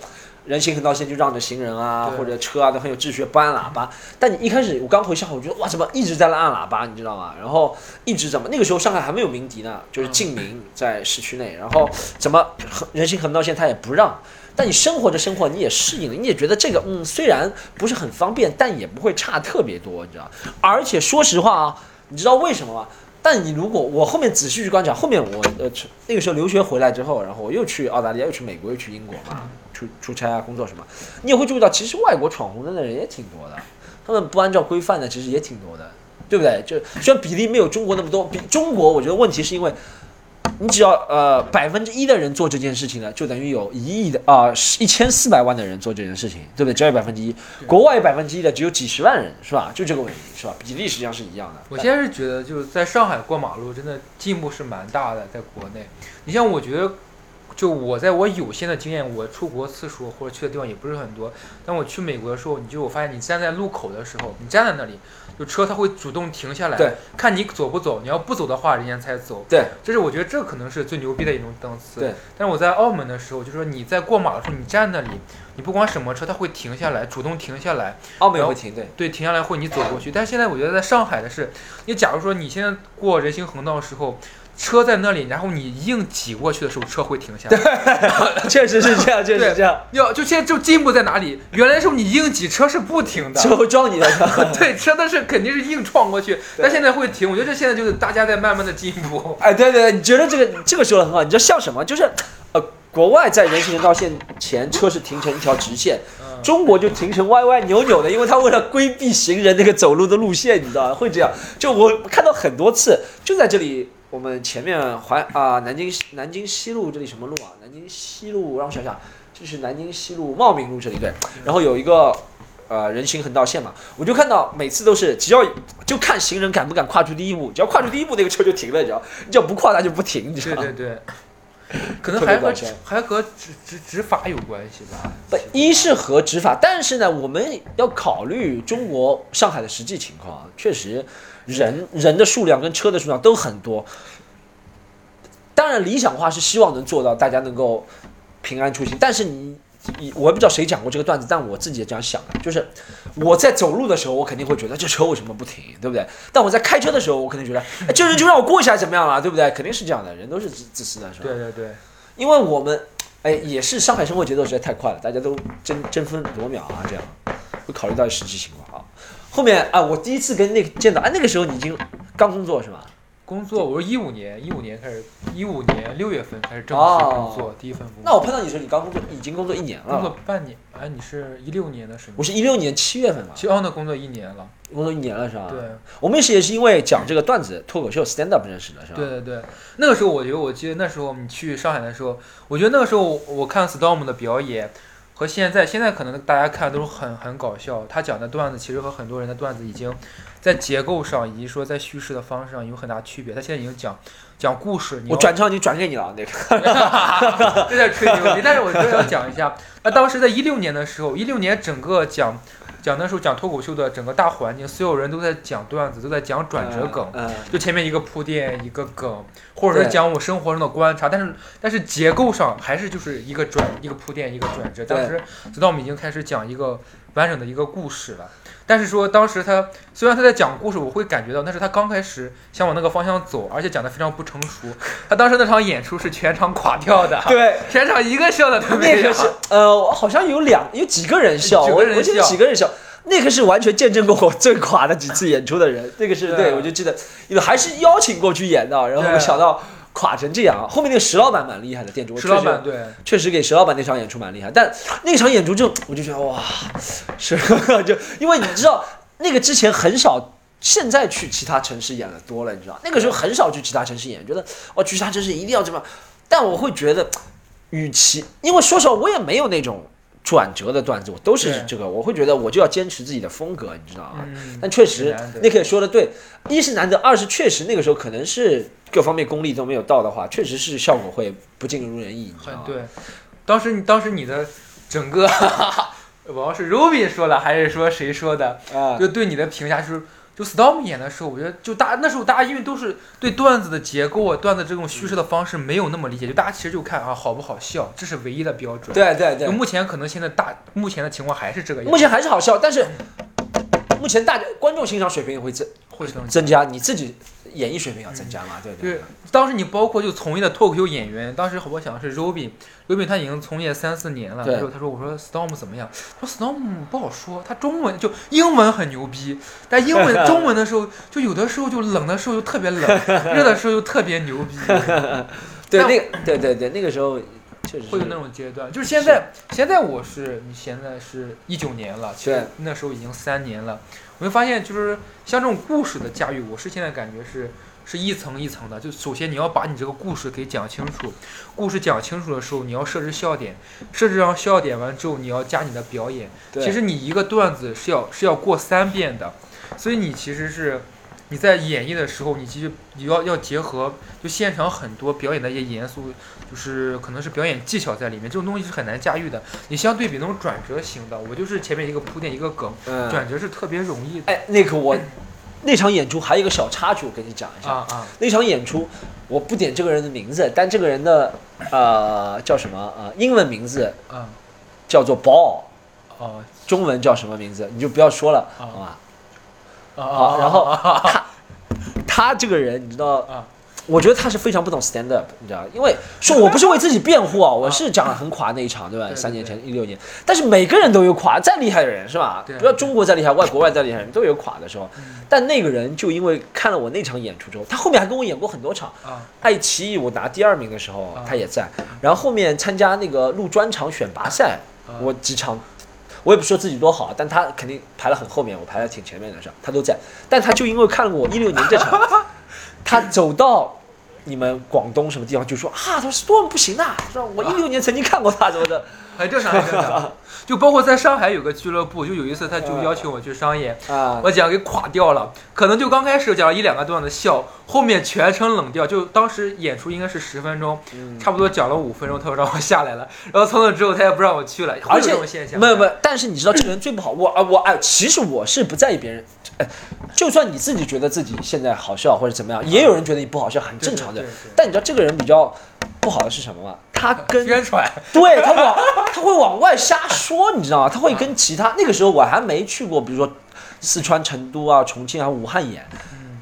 人行横道线就让着行人啊，
对嗯
或者车啊都很有秩序，不按喇叭。但你一开始我刚回上海，我觉得哇，怎么一直在按喇叭，你知道吗？然后一直怎么那个时候上海还没有鸣笛呢，就是
嗯
禁鸣在市区内，然后怎么横人行横道线它也不让。但你生活着生活，你也适应了，你也觉得这个，嗯，虽然不是很方便，但也不会差特别多，你知道？而且说实话啊，你知道为什么吗？但你如果我后面仔细去观察，后面我呃去那个时候留学回来之后，然后我又去澳大利亚，又去美国，又去英国嘛，
嗯
出出差啊，工作什么，你也会注意到，其实外国闯红灯的人也挺多的，他们不按照规范的其实也挺多的，对不对？就虽然比例没有中国那么多，比中国我觉得问题是因为。你只要呃百分之一的人做这件事情呢，就等于有一亿的啊一千四百万的人做这件事情，对不对？只要有百分之一，国外百分之一的只有几十万人，是吧？就这个问题是吧？比例实际上是一样的。
我现在是觉得，就是在上海过马路真的进步是蛮大的，在国内。你像我觉得，就我在我有限的经验，我出国次数或者去的地方也不是很多。但我去美国的时候，你就我发现你站在路口的时候，你站在那里，就车它会主动停下来，
对
看你走不走。你要不走的话，人家才走。
对，
这是我觉得这可能是最牛逼的一种档次。
对，
但是我在澳门的时候，就说你在过马路的时候，你站那里，你不管什么车，它会停下来，主动停下来。
澳门也会停，对，
对，停下来会你走过去。但是现在我觉得在上海的是，你假如说你现在过人行横道的时候，车在那里，然后你硬挤过去的时候，车会停下来。
确实是这样，确实是这样。
要就现在就进步在哪里？原来时候你硬挤，车是不停的。
车会撞你的。
对，车的是肯定是硬撞过去，但现在会停。我觉得这现在就是大家在慢慢的进 步。
哎，对对对，你觉得这个这个说的很好，你知道像什么？就是，呃，国外在人行横道线前车是停成一条直线，
嗯，
中国就停成歪歪扭扭的，因为他为了规避行人那个走路的路线，你知道吗？会这样。就我看到很多次，就在这里，我们前面环啊、南京西南京西路这里什么路啊？南京西路，让我想想，这是南京西路茂名路这里对，然后有一个。呃，人行横道线嘛，我就看到每次都是，只要就看行人敢不敢跨出第一步，只要跨出第一步，那个车就停了，你知道，你只要不跨，它就不停，你知
对
道吗
对？对。 可能
啊特别
还和
搞笑
还和执执执法有关系吧。
不，一是和执法，但是呢，我们要考虑中国上海的实际情况，啊确实人人的数量跟车的数量都很多。当然，理想化是希望能做到大家能够平安出行，但是你。你我不知道谁讲过这个段子，但我自己也这样想的，就是我在走路的时候，我肯定会觉得这车为什么不停，对不对？但我在开车的时候，我肯定觉得，哎，这人就让我过一下怎么样了，对不对？肯定是这样的，人都是自自私的，是吧？啊
对对对。
因为我们，哎，也是上海生活节奏实在太快了，大家都争争分夺秒啊，这样会考虑到实际情况啊。后面啊，我第一次跟那个见到，哎、那个时候你已经刚工作是吧？
工作，我是一五年，一五年开始，一五年六月份开始正式
哦
工作，第一份工作。
那我碰到你的时候，你刚工作，已经工作一年
工
了。
作半年，哎，你是一六年的是吗
我？啊是一六年七月份吧
其，实哦，那工作一年了。
工作一年啊了是吧？
对，
我们也是也是因为讲这个段子脱口秀 stand up 认识的是吧？
对对对，那个时候我觉得，我记得那时候你去上海的时候，我觉得那个时候我看 Storm 的表演和现在，现在可能大家看都是很很搞笑，他讲的段子其实和很多人的段子已经在结构上以及说在叙事的方式上有很大区别。他现在已经讲讲故事，你
我
要
转账已经转给你了，那个
有点吹牛逼，但是我就是要讲一下，那当时在一六年的时候，一六年整个讲讲那时候讲脱口秀的整个大环境，所有人都在讲段子，都在讲转折梗，
嗯，嗯
就前面一个铺垫一个梗，或者
对
是讲我生活中的观察，但是但是结构上还是就是一个转一个铺垫一个转折。当时直到我们已经开始讲一个完整的一个故事了。但是说当时他虽然他在讲故事，我会感觉到，但是他刚开始想往那个方向走，而且讲的非常不成熟。 他当时那场演出是全场垮掉的，
对，
全场一个笑的都
那
没有
个。是呃，我好像有两有几个人笑，
几个
我
人
我记得
笑
几个人笑。那个是完全见证过我最垮的几次演出的人，那个是
对
对我就记得，因为还是邀请过去演的，然后
对
没想到垮成这样。后面那个石老板蛮厉害的，店主，我
石
确
老
实
板对，
确实给石老板那场演出蛮厉害，但那场演出就我就觉得哇，是 就因为你知道那个之前很少。现在去其他城市演的多了，你知道，那个时候很少去其他城市演，觉得哦，去其他城市一定要这么样。但我会觉得，与其因为说实话，我也没有那种转折的段子，我都是
对
这个，我会觉得我就要坚持自己的风格，你知道啊。
嗯，
但确实
很难得，
那可以说的对，一是难得，二是确实那个时候可能是各方面功力都没有到的话，确实是效果会不尽如人意。你知道
很
吗，
对。当时你当时你的整个， 我要是 Ruby 说的还是说谁说的，
啊、
就对你的评价就是，就 Storm 演的时候，我觉得就大那时候大家因为都是对段子的结构啊、段子这种叙事的方式没有那么理解，就大家其实就看啊好不好笑，这是唯一的标准。
对对
就
对，
目前可能现在大目前的情况还是这个样
目
子，
前还是好笑，但是目前大家观众欣赏水平也会增
会这样
增加，你自己演绎水平要增加嘛，对
对
对，
当时你包括就从业的脱口秀演员，当时我想的是 Robin，Robin 他已经从业三四年了。
对
他说他说我说 Storm 怎么样？他说 Storm 不好说，他中文就英文很牛逼，但 英文中文的时候就有的时候就冷的时候就特别冷，热的时候就特别牛逼，
对
那
那个对对对那个时候确实
会有
是
那种阶段。就是现在现在我是你现在是一九年了，其实
对
那时候已经三年了，我会发现就是像这种故事的驾驭，我是现在感觉是是一层一层的。就首先你要把你这个故事给讲清楚，故事讲清楚的时候，你要设置笑点，设置上笑点完之后，你要加你的表演。
对
其实你一个段子是要是要过三遍的，所以你其实是你在演绎的时候，你其实你要要结合就现场很多表演的一些严肃，就是可能是表演技巧在里面，这种东西是很难驾驭的。你相对比那种转折型的，我就是前面一个铺垫一个梗，
嗯，
转折是特别容易的。
哎，那个我那场演出还有一个小插曲，我跟你讲一下。
啊啊，
那场演出，我不点这个人的名字，但这个人的呃叫什么呃英文名字
嗯，
叫做 Ball，
哦
中文叫什么名字你就不要说了，
啊
好吧？
哦
好，
哦，
然后
哦
他他这个人，你知道
啊，
我觉得他是非常不懂 stand up，你知道，因为说我不是为自己辩护 啊，我是讲了很垮那一场，对吧
对？对
三年前一六年，但是每个人都有垮，再厉害的人是吧
对？
不要中国再厉害，外国外再厉害人都有垮的时候
嗯，
但那个人就因为看了我那场演出之后，他后面还跟我演过很多场。
啊
爱奇艺我拿第二名的时候
啊，
他也在。然后后面参加那个录专场选拔赛
啊，
我几场，我也不说自己多好，但他肯定排了很后面，我排了挺前面的是吧，他都在。但他就因为看过我一六年这 场，他走到你们广东什么地方就说啊，他说 Storm 不行的，说我一六年曾经看过他什么的，
很正常，很正 常。就包括在上海有个俱乐部，就有一次他就邀请我去商演，
啊，
我讲给垮掉了，可能就刚开始讲了一两个段子笑，后面全程冷掉。就当时演出应该是十分钟，
嗯
差不多讲了五分钟，他就让我下来了。然后从此之后他也不让我去了，会
而
有这
且
种现象。
没有没有，但是你知道这个人最不好，我啊我哎，其实我是不在意别人，哎，就算你自己觉得自己现在好笑或者怎么样，也有人觉得你不好笑，很
对
正常的
对对对。
但你知道这个人比较不好的是什么吗？他跟
宣传，
对他往他会往外瞎说，你知道吗？他会跟其他那个时候我还没去过，比如说四川成都啊、重庆啊、武汉演。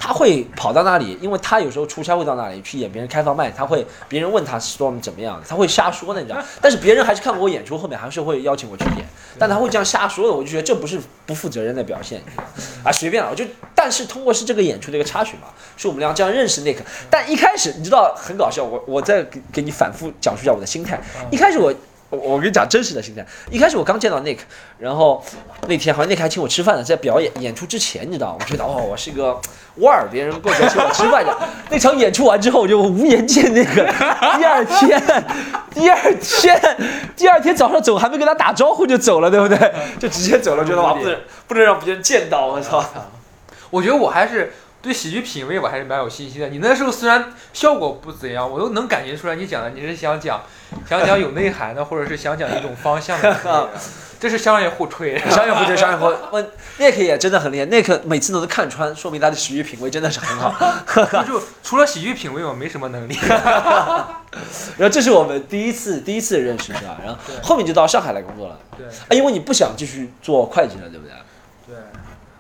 他会跑到那里，因为他有时候出差会到那里去演别人开放麦，他会别人问他 storm 怎么样，他会瞎说的，你知道。但是别人还是看过我演出，后面还是会邀请我去演，但他会这样瞎说的，我就觉得这不是不负责任的表现，你知道啊，随便了，我就。但是通过是这个演出的一个插曲嘛，是我们俩这样认识那个。但一开始你知道很搞笑，我我再给给你反复讲述一下我的心态
嗯。
一开始我我我跟你讲真实的心态，一开始我刚见到 Nick，然后那天好像 Nick 还请我吃饭呢，在表演演出之前，你知道，我觉得哦，我是一个腕儿，别人过来请我吃饭去。那场演出完之后，我就无颜见那个。第二天，第二天，第二天早上走还没跟他打招呼就走了，对不 对？就直接走了，觉得哇，不能不能让别人见到，我操！
我觉得我还是对喜剧品味我还是蛮有信心的。你那时候虽然效果不怎样，我都能感觉出来你讲的你是想讲想讲有内涵的，或者是想讲一种方向的之类 的。这是商业互吹。
商业互 吹，商业互吹。问 Nick 也真的很厉害，Nick 每次都能看穿，说明他的喜剧品味真的是很好。
就除了喜剧品味，我没什么能力。
然后这是我们第一次第一次认识，是吧？然后
对
后面就到上海来工作了。
对
啊，因为你不想继续做会计了，对不对？
对，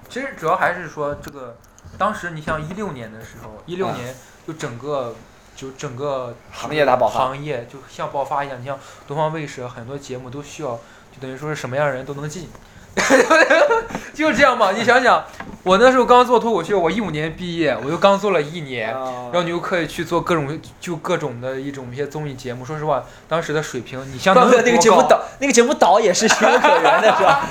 其实主要还是说这个，当时你像一六年的时候，一六
啊
年就整个就整个
行业大爆发。
行业就像爆发一样，你像东方卫视啊很多节目都需要，就等于说是什么样的人都能进， 就是这样嘛。你想想，我那时候刚做脱口秀，我一五年毕业，我就刚做了一年。然后你就可以去做各种就各种的一种一些综艺节目。说实话，当时的水平，你像
怪不得
能有
那个
多
节目
高
导，那个节目导也是情有可原的，是吧？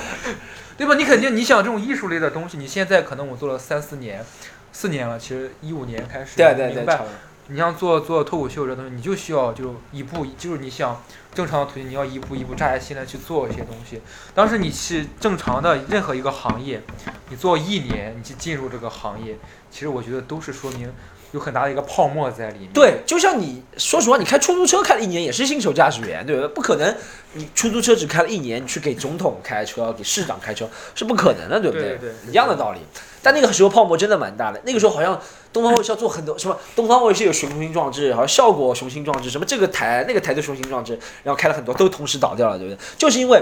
对吧？你肯定你想这种艺术类的东西，你现在可能我做了三四年，四年了，其实一五年开 始
对对对
明，白。你像做做脱口秀这东西，你就需要就一步，就是你想正常的途径，你要一步一步扎下心来去做一些东西。当时你是正常的任何一个行业，你做一年，你去进入这个行业，其实我觉得都是说明有很大的一个泡沫在里面。
对，就像你说实话，你开出租车开了一年也是新手驾驶员，对不对？不可能，你出租车只开了一年，你去给总统开车、给市长开车是不可能的，对不
对对对
一样的道理。但那个时候泡沫真的蛮大的，那个时候好像东方卫视要做很多什么，东方卫视有雄心壮志，好像效果雄心壮志，什么这个台那个台都雄心壮志，然后开了很多都同时倒掉了，对不对？就是因为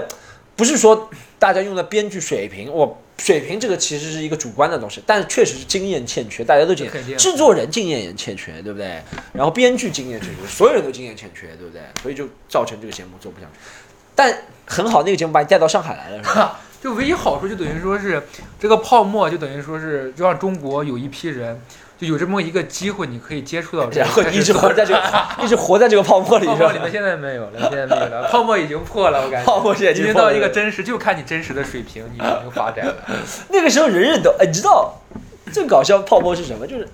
不是说大家用的编剧水平，我水平这个其实是一个主观的东西，但确实是经验欠缺，大家都经
肯定
验，制作人经验也欠缺，对不对？然后编剧经验欠缺，所有人都经验欠缺，对不对？所以就造成这个节目做不下去。但很好，那个节目把你带到上海来了，是吧？
就唯一好处就等于说是这个泡沫，就等于说是就让中国有一批人就有这么一个机会，你可以接触到这个。
然后一直活在这个， 一直活在这个泡沫里，
泡
是
沫
吧
里？面现在没有了，现在没有了，泡沫已经破了，我感觉。
泡沫现在已
已
经
经到
破了
一个真实，就看你真实的水平，你有没有发展了。
那个时候人人都，哎，你知道最搞笑泡沫是什么？就是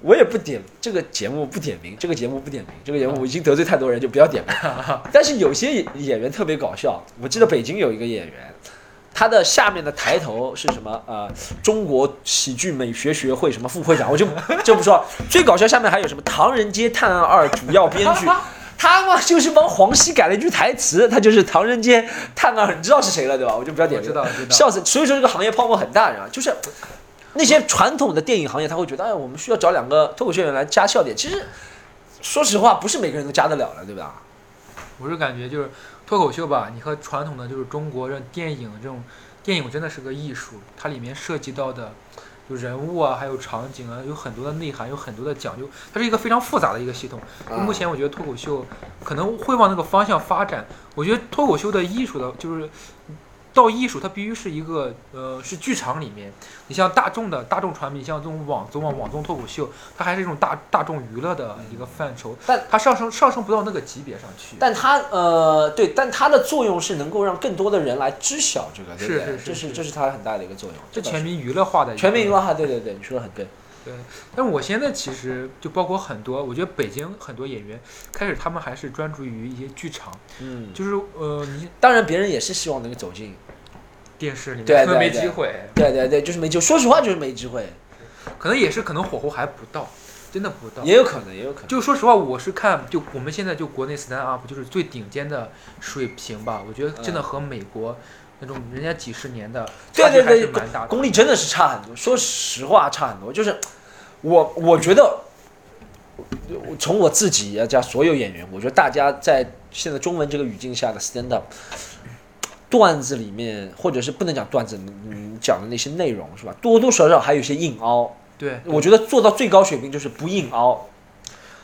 我也不点这个节目不点名，这个节目不点名，这个节目我已经得罪太多人，就不要点名。但是有些演员特别搞笑，我记得北京有一个演员。他的下面的抬头是什么？呃，中国喜剧美学学会什么副会长，我就就不说了。最搞笑下面还有什么《唐人街探案二》主要编剧，他嘛就是帮黄西改了一句台词，他就是《唐人街探案二》，你知道是谁了对吧？我就不要点
我
名
知。道，知道。
笑死！所以说这个行业泡沫很大，你知道吗就是那些传统的电影行业，他会觉得，哎，我们需要找两个脱口秀演员来加笑点。其实，说实话，不是每个人都加得了的，对吧？
嗯我是感觉就是脱口秀吧，你和传统的就是中国这电影这种电影真的是个艺术，它里面涉及到的就人物啊，还有场景啊，有很多的内涵，有很多的讲究，它是一个非常复杂的一个系统。就
嗯
目前我觉得脱口秀可能会往那个方向发展。我觉得脱口秀的艺术的，就是到艺术，它必须是一个呃，是剧场里面，你像大众的大众传媒，像这种网综啊、网综脱口秀，它还是一种大大众娱乐的一个范畴，
嗯但
它上升上升不到那个级别上去。
但它呃，对，但它的作用是能够让更多的人来知晓这个，对不
是
对？
是是
这
是
这是它很大的一个作用。
这
倒是
全嗯民娱乐化的一个
全民娱乐化，对对对，你说的很对。嗯
对，但我现在其实就包括很多，我觉得北京很多演员开始他们还是专注于一些剧场，
嗯，
就是呃，你
当然别人也是希望能够走进，
电视里面
对
根本
对
没
对
机会，
对对对，就是没机会。说实话，就是没机会，
可能也是可能火候还不到，真的不到。
也有可能，也有可能。
就说实话，我是看就我们现在就国内 stand up 就是最顶尖的水平吧，我觉得真的和美国那种人家几十年的差
嗯对
距
对
还是
对，
蛮大的。
功力真的是差很多。说实话，差很多。就是我，我觉得我从我自己啊加所有演员，我觉得大家在现在中文这个语境下的 stand up 段子里面，或者是不能讲段子，嗯，讲的那些内容是吧？多多少少还有一些硬凹。
对，
我觉得做到最高水平就是不硬凹。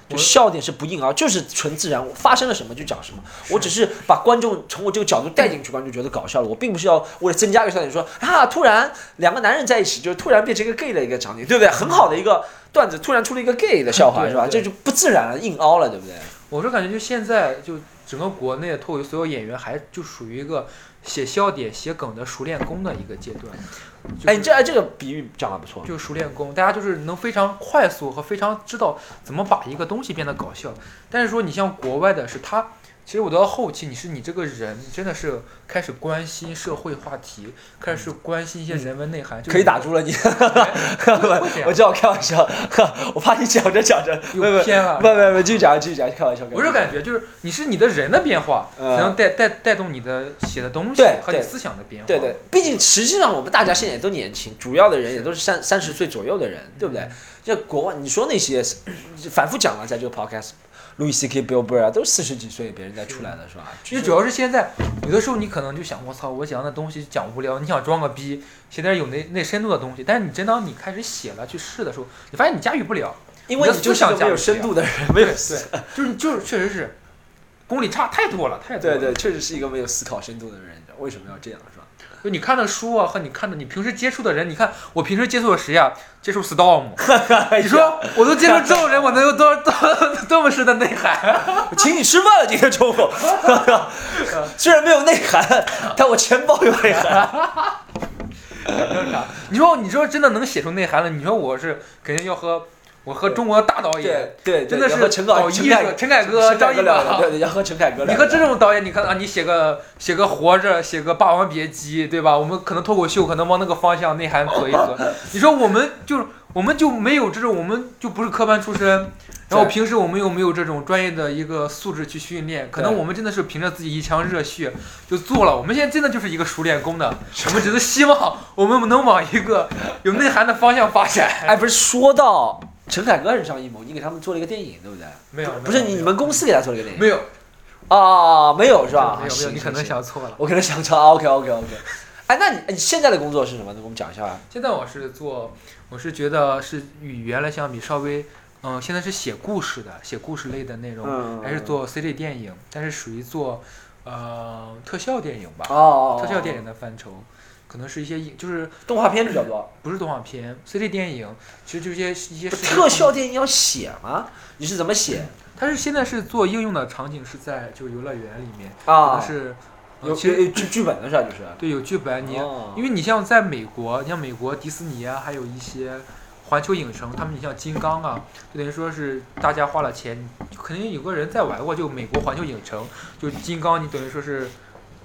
就
我
笑点是不硬凹，就是纯自然，我发生了什么就讲什么。我只是把观众从我这个角度带进去，观众觉得搞笑了。我并不是要为了增加一个笑点说啊，突然两个男人在一起，就是突然变成一个 gay 的一个场景，对不对？很好的一个段子，突然出了一个 gay 的笑话，
对
是吧？这
对
就不自然了，硬凹了，对不对？
我是感觉就现在就整个国内的脱口秀所有演员还就属于一个写笑点、写梗的熟练工的一个阶段。就是
哎，你这哎这个比喻讲的不错。
就熟练工，大家就是能非常快速和非常知道怎么把一个东西变得搞笑。但是说你像国外的是他，其实我到后期，你是你这个人真的是开始关心社会话题，开始关心一些人文内涵，就
嗯可以打住了你，
会这
我
样
知道开玩笑，我怕你讲着讲着，不
有
不
偏啊了
不。不不，继续讲继续讲，开玩笑，开玩笑
我是感觉就是你是你的人的变化，
嗯
才能带带带动你的写的东西
对
和你
对
思想的变化。
对对，毕竟实际上我们大家现在也都年轻，主要的人也都是三三十岁左右的人，对
嗯
不对？像国外你说那些反复讲了，在这个 podcast，路易 C K、Bill Burr 啊，都是四十几岁别人再出来的是吧？
因为主要是现在，有的时候你可能就想，我操，我讲的东西讲无聊，你想装个逼，写点有那那深度的东西。但是你真当你开始写了去试的时候，你发现你驾驭 不了，
因为你就是一个没有深度的人， 没 有思
对，就是就是确实是功力差太多了，太多了。
对对，确实是一个没有思考深度的人，你知道为什么要这样是 吧？
就你看的书啊，和你看的你平时接触的人，你看我平时接触的谁呀、接 触 Storm，你说我都接触这种人，我能有多多多么深的内涵？
我请你吃饭了，今天中午， 虽然没有内涵，但我钱包有内涵。
正常。你说你说真的能写出内涵了？你说我是肯定要和我和中国大导演
对，对，对
真的
要和
是
陈
搞
导、
艺
陈
术
凯，
陈凯歌、
陈凯
张艺
歌聊聊，
谋。
对对，要和陈凯歌聊聊。
你和这种导演，你看啊，你写个写个活着，写个《霸王别姬》，对吧？我们可能脱口秀可能往那个方向内涵合一合。你说我们就是我们就没有这种，我们就不是科班出身，然
对
后平时我们又没有这种专业的一个素质去训练，可能
对
我们真的是凭着自己一腔热血就做了。我们现在真的就是一个熟练工的，我们只是希望我们能往一个有内涵的方向发展。
哎，不是说到陈凯歌还是张艺谋，你给他们做了一个电影，对不对？
没有，
不是
没有
你你们公司给他做了一个电影
没有，
啊？没有是吧？
没有，没有，
行
你可能，
行行
想错了。
我可能想错。OK OK OK。哎，那你哎你现在的工作是什么？能给我们讲一下啊？
现在我是做，我是觉得是与原来相比稍微，嗯、现在是写故事的，写故事类的内容，
嗯
还是做 CG 电影，但是属于做，呃，特效电影吧，
哦，
特效电影的范畴，可能是一些影，就是
动画片比较多。
不是动画片，CG 电影，其实就是一些一些
不
视觉
特
创
效电影要写吗？你是怎么写
作，它是现在是做应用的场景是在就是游乐园里面，可
啊
能？是，呃
有
其
有
实
有剧剧本的是吧？就是。
对有剧本你。
哦
因为你像在美国，你像美国迪士尼啊，还有一些环球影城，他们你像金刚啊，就等于说是大家花了钱，肯定有个人在玩过，就美国环球影城，就金刚，你等于说是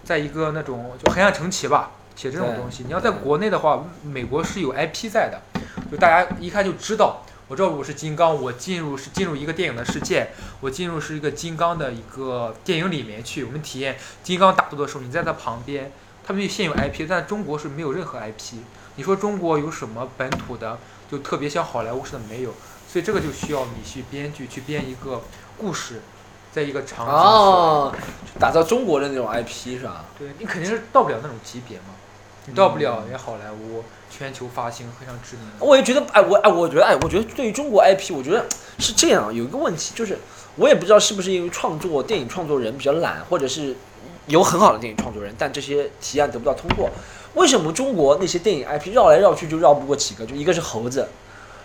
在一个那种就黑暗城旗吧，写这种
对
东西。你要在国内的话，美国是有 IP 在的，就大家一看就知道。我知道我是金刚，我进入是进入一个电影的世界，我进入是一个金刚的一个电影里面去，我们体验金刚打斗的时候，你在他旁边，他们现有 IP，但中国是没有任何 IP。你说中国有什么本土的，就特别像好莱坞似的没有，所以这个就需要你去编剧去编一个故事，在一个场景。
哦，打造中国的那种 IP 是吧？
对你肯定是到不了那种级别嘛，你到不了
嗯
人家好莱坞全球发行非常知名的。
我也觉得，哎，我哎，我觉得，哎，我觉得对于中国 IP，我觉得是这样，有一个问题就是，我也不知道是不是因为创作电影创作人比较懒，或者是有很好的电影创作人，但这些提案得不到通过。为什么中国那些电影 IP 绕来绕去就绕不过几个？就一个是猴子，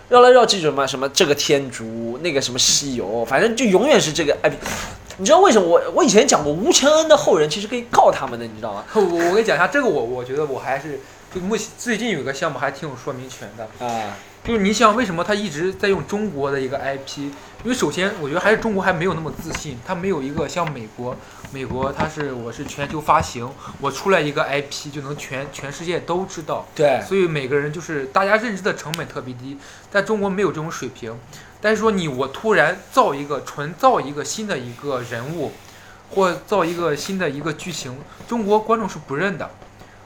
绕来绕去什么什么这个天竺，那个什么西游，反正就永远是这个 IP。你知道为什么我我以前讲过吴承恩的后人其实可以告他们的，你知道吗？
我 我跟你讲一下这个我，我觉得我还是就目前最近有个项目还挺有说明权的，
啊，
就是你想，为什么他一直在用中国的一个 IP？因为首先，我觉得还是中国还没有那么自信，他没有一个像美国，美国它是我是全球发行，我出来一个 IP 就能全全世界都知道，
对，
所以每个人就是大家认知的成本特别低，在中国没有这种水平。但是说你我突然造一个纯造一个新的一个人物，或造一个新的一个剧情，中国观众是不认的，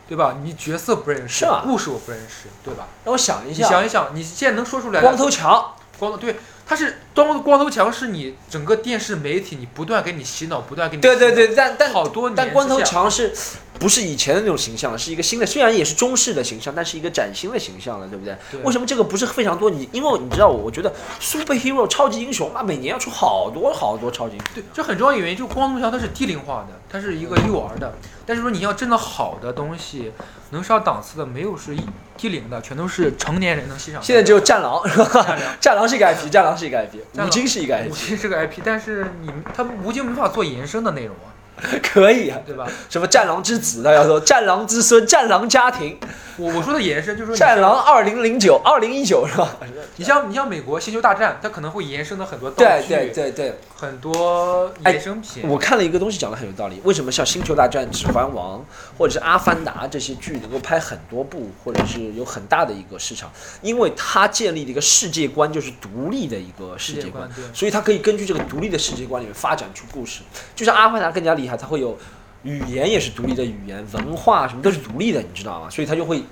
对吧？你角色不认识
是啊，
故事我不认识，对吧？
让我想一
你
下，
想一想，你现在能说出来的
光头强，
光头对，它是光光头强是你整个电视媒体你不断给你洗脑，不断给你
对对
洗
对，但但
脑，好多年
但光头
之下
强是不是以前的那种形象了？是一个新的，虽然也是中式的形象，但是一个崭新的形象了，对不对？
对
为什么这个不是非常多？你因为你知道我，我觉得 superhero 超级英雄嘛，每年要出好多好多超级英雄。
对，这很重要的原因就是光头强它是低龄化的，它是一个幼儿的。但是说你要真的好的东西，能上档次的没有是低龄的，全都是成年人能欣赏的。
现在只有战狼，
善良
战狼是一个 IP，战狼是一个 IP，
战狼
吴京是一个
吴
IP，
京是个 IP，但是你他吴京没法做延伸的内容啊，
可以啊。
对吧？
什么战狼之子，大家说战狼之孙、战狼家庭，
我我说的延伸就是说你
战
像
狼二零零九、二零一九是吧？
你像你像美国星球大战，它可能会延伸的很多道
对
具，
对对对，
很多衍生品。
我看了一个东西，讲的很有道理。为什么像《星球大战》《指环王》或者是《阿凡达》这些剧能够拍很多部，或者是有很大的一个市场？因为它建立了一个世界观，就是独立的一个世界观，
对
所以它可以根据这个独立的世界观里面发展出故事。就像《阿凡达》更加厉害，它会有语言也是独立的语言，文化什么都是独立的，你知道吗？所以它就会，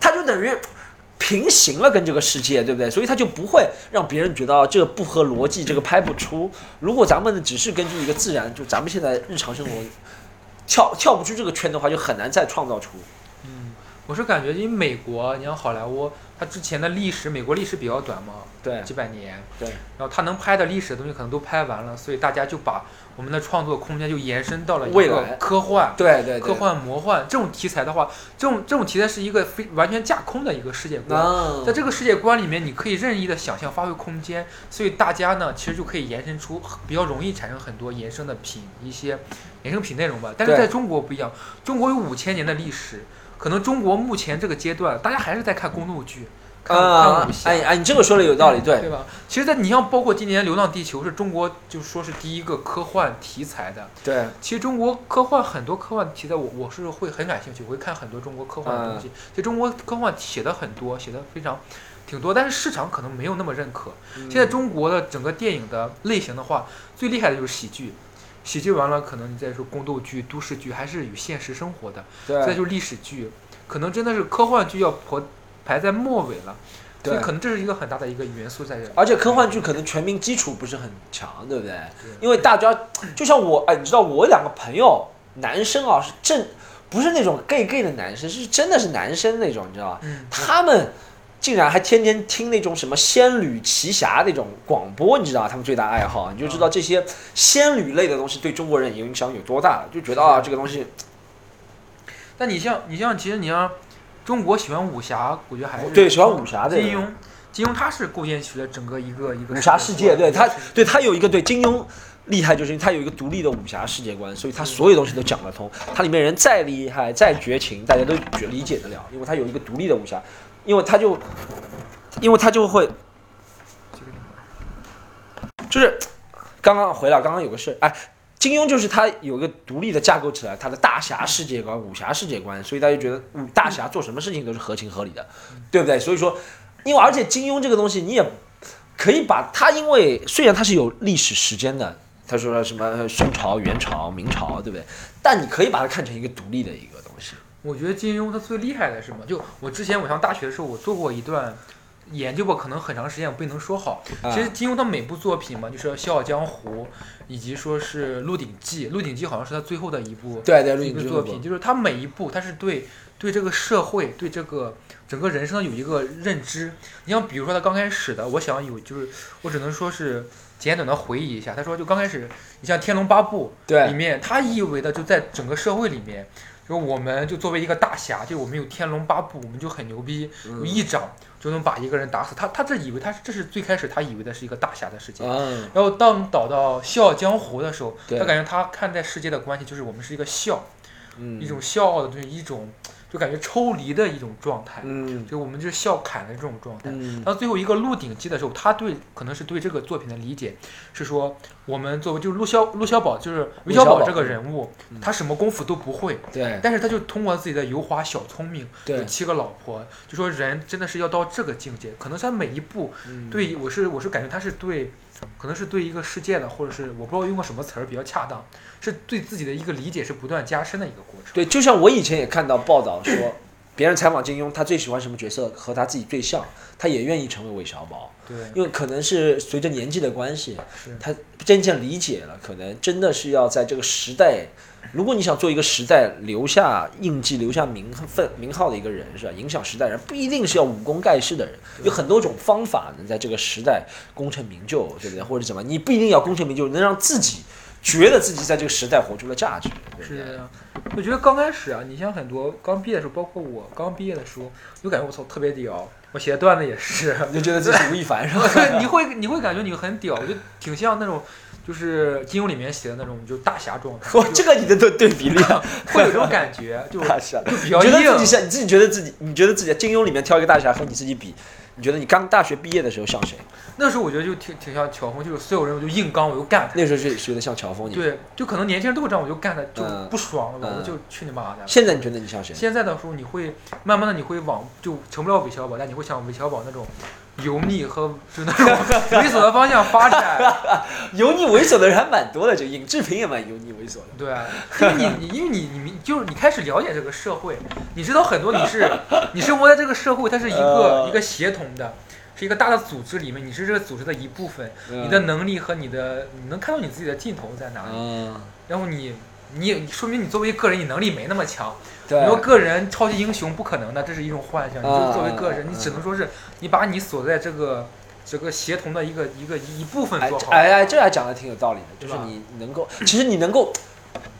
它就等于。平行了跟这个世界，对不对？所以它就不会让别人觉得啊这个不合逻辑，这个拍不出。如果咱们只是根据一个自然，就咱们现在日常生活跳跳不出这个圈的话，就很难再创造出。
嗯，我是感觉因为美国，你像好莱坞，它之前的历史，美国历史比较短嘛，
对
几百年，
对，
然后它能拍的历史的东西可能都拍完了，所以大家就把我们的创作空间就延伸到了一
未
个
来
科幻。
对对对，
科幻、魔幻这种题材的话，这种这种题材是一个非完全架空的一个世界观，
啊，
在这个世界观里面，你可以任意的想象、发挥空间，所以大家呢，其实就可以延伸出比较容易产生很多延伸的品一些衍生品内容吧。但是
对
在中国不一样，中国有五千年的历史，可能中国目前这个阶段，大家还是在看宫斗剧，看、看
啊
武，侠。嗯
哎哎，你这个说的有道理，对
对吧？其实在，你像包括今年《流浪地球》是中国就说是第一个科幻题材的，
对，
其实中国科幻很多科幻题材我，我是会很感兴趣，我会看很多中国科幻的
嗯
东西。其实中国科幻写的很多，写的非常挺多，但是市场可能没有那么认可。
嗯
现在中国的整个电影的类型的话，最厉害的就是喜剧，喜剧完了可能你再说宫斗剧、都市剧，还是与现实生活的。再
对
就是历史剧，可能真的是科幻剧要排排在末尾了，所以
对
可能这是一个很大的一个元素在这里。
而且科幻剧可能全民基础不是很强，对不对？
对
因为大家就像我，哎，你知道我两个朋友，男生啊是正，不是那种 gay gay 的男生，是真的是男生那种，你知道吧？
嗯，
他们竟然还天天听那种什么仙女奇侠那种广播，你知道他们最大爱好，你就知道这些仙女类的东西对中国人影响有多大了，就觉得啊这个东西，
但你像你像其实你像中国喜欢武侠，我觉得还是
对喜欢武侠这
金
个
庸，金庸他是构建起了整个一个一个
武侠世界，对
观
他对他有一个对金庸。厉害就是因为他有一个独立的武侠世界观，所以他所有东西都讲得通。他里面人再厉害、再绝情，大家都觉理解得了，因为他有一个独立的武侠，因为他就，因为他就会就是刚刚回来，刚刚有个事，哎，金庸就是他有一个独立的架构起来，他的大侠世界观、武侠世界观，所以大家就觉得武大侠做什么事情都是合情合理的，对不对？所以说，因为而且金庸这个东西，你也可以把它，因为虽然它是有历史时间的，他说了什么呃宋朝、元朝、明朝，对不对？但你可以把它看成一个独立的一个东西。
我觉得金庸他最厉害的是什么？就我之前我上大学的时候，我做过一段研究过，可能很长时间我不能说好。
啊
其实金庸他每部作品嘛，就是《笑傲江湖》，以及说是《鹿鼎记》，《鹿鼎记》好像是他最后的一部
对对，
一
影
个
之
作品，就是他每一部他是对对这个社会、对这个整个人生有一个认知。你像比如说他刚开始的，我想有就是我只能说是简短的回忆一下。他说就刚开始，你像《天龙八部》，里
对
面，他意味的就在整个社会里面，就我们就作为一个大侠，就我们有天龙八部，我们就很牛逼，
嗯
有一掌就能把一个人打死。他他这以为他是这是最开始他以为的是一个大侠的世界，
嗯，
然后当导到《笑傲江湖》的时候，
对
他感觉他看待世界的关系就是我们是一个笑，
嗯
一种笑傲的东西，一种就感觉抽离的一种状态，
嗯
就我们就是笑侃的这种状态。
嗯
到最后一个《鹿鼎记》的时候，他对可能是对这个作品的理解是说，我们作为就是陆骁陆骁宝就是
韦
韦
小
小
宝嗯
宝这个人物，他什么功夫都不会，
对
但是他就通过自己的油滑小聪明，有
对
七个老婆，就说人真的是要到这个境界，可能他每一步
嗯
对我是我是感觉他是对，可能是对一个世界的，或者是我不知道用个什么词儿比较恰当，是对自己的一个理解是不断加深的一个过程。
对，就像我以前也看到报道说，别人采访金庸，他最喜欢什么角色和他自己最像，他也愿意成为韦小宝，
对，
因为可能是随着年纪的关系，
是
他渐渐理解了，可能真的是要在这个时代，如果你想做一个时代留下印记、留下名分名号的一个人，是吧？影响时代人，不一定是要武功盖世的人，有很多种方法能在这个时代功成名就，对不对？或者怎么，你不一定要功成名就，能让自己觉得自己在这个时代活出了价值，对不
是
对
这样，我觉得刚开始啊，你像很多刚毕业的时候，包括我刚毕业的时候，就感觉我操特别屌，我写的段子也是，
你就觉得自己吴亦凡是吧？
你会你会感觉你很屌，我就挺像那种就是金庸里面写的那种，就大侠状态，
哇，
就
这个你的对对比例啊，
会有这种感觉， 就
大侠，
就比
哎你
较
觉得自己
硬。
像你自己觉得自己，你觉得自己金庸里面挑一个大侠和你自己比，你觉得你刚大学毕业的时候像谁？
那时候我觉得就挺挺像乔峰，就是所有人我就硬刚，我就干他。
那时候是觉得像乔峰你。
对，就可能年轻人都会这样，我就干他，就
嗯
不爽了，
嗯
我就去你妈的。
现在你觉得你像谁？
现在的时候，你会慢慢的你会往就成不了韦小宝，但你会向韦小宝那种油腻和就那种猥琐的方向发展。
油腻猥琐的人还蛮多的，这个尹志平也蛮油腻猥琐的。
对，因为你你因为你你就是你开始了解这个社会，你知道很多你是 你生活在这个社会，它是一个、
呃
一个协同的。是一个大的组织里面，你是这个组织的一部分，
呃
嗯你的能力和你的，你能看到你自己的尽头在哪里。
嗯，
然后你，你也说明你作为个人，你能力没那么强，
对
你，说个人超级英雄不可能的，这是一种幻想。你
啊
就作为个
啊
人，你
啊
只能说是你把你所在这个这个协同的一个一个一一部分
哎
做好。
哎哎，这还讲的挺有道理的，就
对
是
吧
你能够，其实你能够，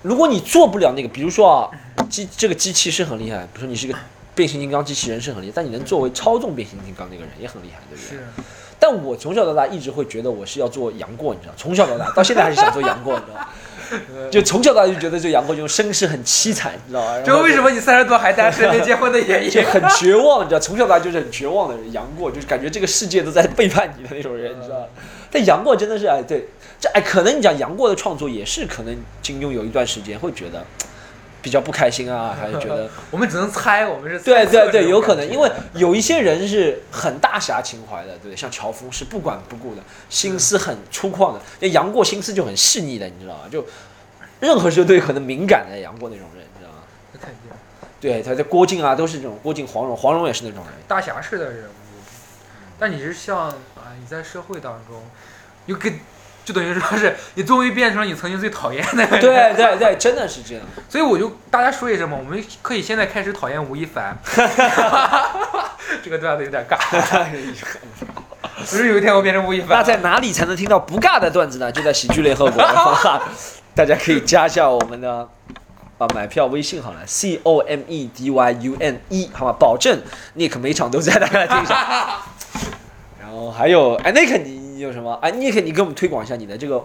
如果你做不了那个，比如说啊，机这个机器是很厉害，比如说你是个变形金刚机器人是很厉害，但你能作为操纵变形金刚那个人也很厉害，对不对？
是，
但我从小到大一直会觉得我是要做杨过，你知道，从小到大到现在还是想做杨过，你知道吗，
呃
就从小到大就觉得这杨过这种身世很凄惨，你知道吧？然
这
后
为什么你三十多还单身没结婚的 原因？
就很绝望，你知道，从小到大就是很绝望的人。杨过就是感觉这个世界都在背叛你的那种人，你知 道吗。
嗯
但杨过真的是哎，对，这哎，可能你讲杨过的创作也是，可能金庸有一段时间会觉得比较不开心啊，还是觉得
我们只能猜，我们是
对
猜测
对
这
对，
种
有可能，
感觉
因为有一些人是很大侠情怀的，对不对？像乔峰是不管不顾的，心思很粗犷的，那杨过心思就很细腻的，你知道吗？就任何时候都有可能敏感的杨过那种人，你知道吗？
肯定
对，他在郭靖啊，都是这种郭靖、黄蓉，黄蓉也是那种 人。
大侠式的人物。但你是像啊，你在社会当中，你跟就等于说是你终于变成了你曾经最讨厌的人。
对对对，真的是这 样。
所以我就大家说一声嘛，我们可以现在开始讨厌吴 亦凡。这个段子有点尬，不是有一天我变成吴亦
那
凡，
在哪里才能听到不尬的段子呢？就在喜剧类和果的方法， 大家可以加一下我们的啊买票微信好了，C O M E D Y U N E 好吗？保证 Nick 每场都在，大家来听一下。然后还有哎，Nick 你你有什么？哎，Nick 你给我们推广一下你的这个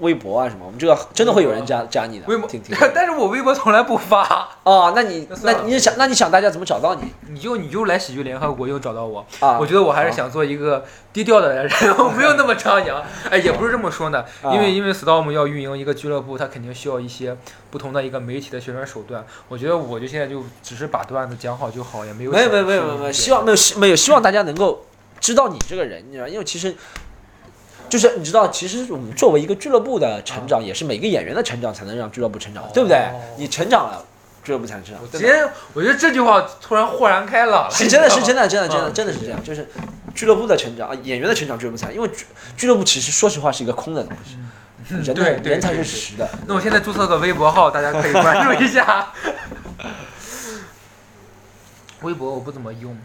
微博啊什么？我们这个真的会有人加加你的，
微博
挺挺。，
但是我微博从来不发，
哦，那你那
那算了
你是想那你想大家怎么找到你
你就你就来喜剧联合国又找到我，
啊？
我觉得我还是想做一个低调的人，我没有那么张扬，哎，也不是这么说呢，
啊
因为因为 Storm 要运营一个俱乐部，他肯定需要一些不同的一个媒体的宣传手段，我觉得我就现在就只是把段子讲好就好，也没有
没有
想
没有没有
去
没有没有，
别
希望没有希没有希望大家能够知道你这个人，你知道，因为其实就是你知道，其实我们作为一个俱乐部的成长，也是每个演员的成长才能让俱乐部成长，对不对
啊哦？
你成长了，俱乐部才能成长
我。直接，我觉得这句话突然豁然开朗了，
是真的，是
你知
真
道
的，
吗
真的，真的，
嗯
真的是这样，就是俱乐部的成长啊，演员的成长，俱乐部才，因为俱俱乐部其实说实话是一个空的东西，
嗯
人
对
的
对
人才是
对对
实的。
那我现在注册个微博号，大家可以关注 一下。微博我不怎么用，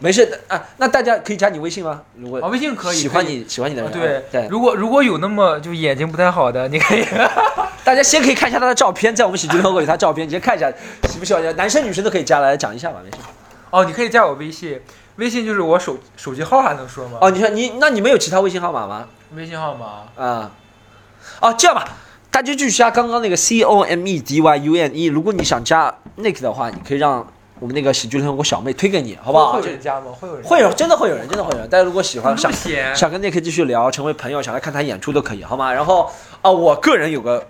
没事的啊，那大家可以加你微信吗？如
啊，
果
微信可以
喜欢。
可以
你喜欢你的
啊
人，
对
对，
如果如果有那么就眼睛不太好的，你可以
大家先可以看一下他的照片，在我们喜剧联合国有他照片，你先看一下喜不喜欢。男生女生都可以加来讲一下吧，没事。
哦，你可以加我微信，微信就是我手手机号还能说吗？
哦，你说你那你们有其他微信号码吗？
微信号码
啊、哦这样吧，大家就加刚刚那个 C O M E D Y U N E，如果你想加 Nick 的话，你可以让我们那个喜剧联合国小妹推给你，好不好？
会有
就
人加吗？会有人
会有真的会有人，真的会有人。大家如果喜欢
这
想
么闲
想跟 Nick 继续聊，成为朋友，想来看他演出都可以，好吗？然后啊、我个人有个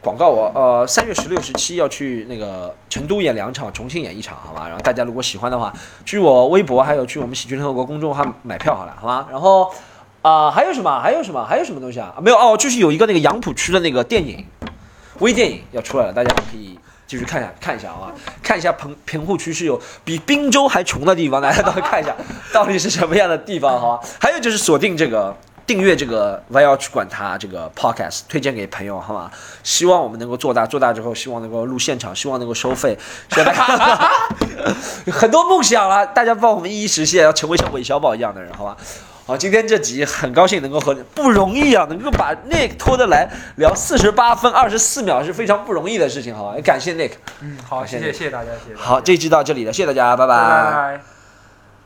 广告，我呃三月十六、十七要去那个成都演两场，重庆演一场，好吗？然后大家如果喜欢的话，去我微博还有去我们喜剧联合国公众号买票好了，好吗？然后啊、还有什么？还有什么？还有什么东西啊？啊没有哦，就是有一个那个杨浦区的那个电影微电影要出来了，大家可以。继续看一下，看一下啊，看一下棚棚户区是有比滨州还穷的地方，大家到时候看一下， 到底是什么样的地方哈。还有就是锁定这个订阅这个 Y 要去管他这个 Podcast，推荐给朋友好吗？希望我们能够做大，做大之后希望能够录现场，希望能够收费，希望大家 很多梦想了，大家帮我们一一实现，要成为像韦小宝一样的人，好吧？好，今天这集很高兴能够和你不容易啊，能够把 Nick 拖得来聊四十八分二十四秒是非常不容易的事情，好吧？也感谢 Nick。
嗯，好，谢谢谢谢大家，谢谢大家。
好，这一期到这里了，谢谢大家，拜
拜拜。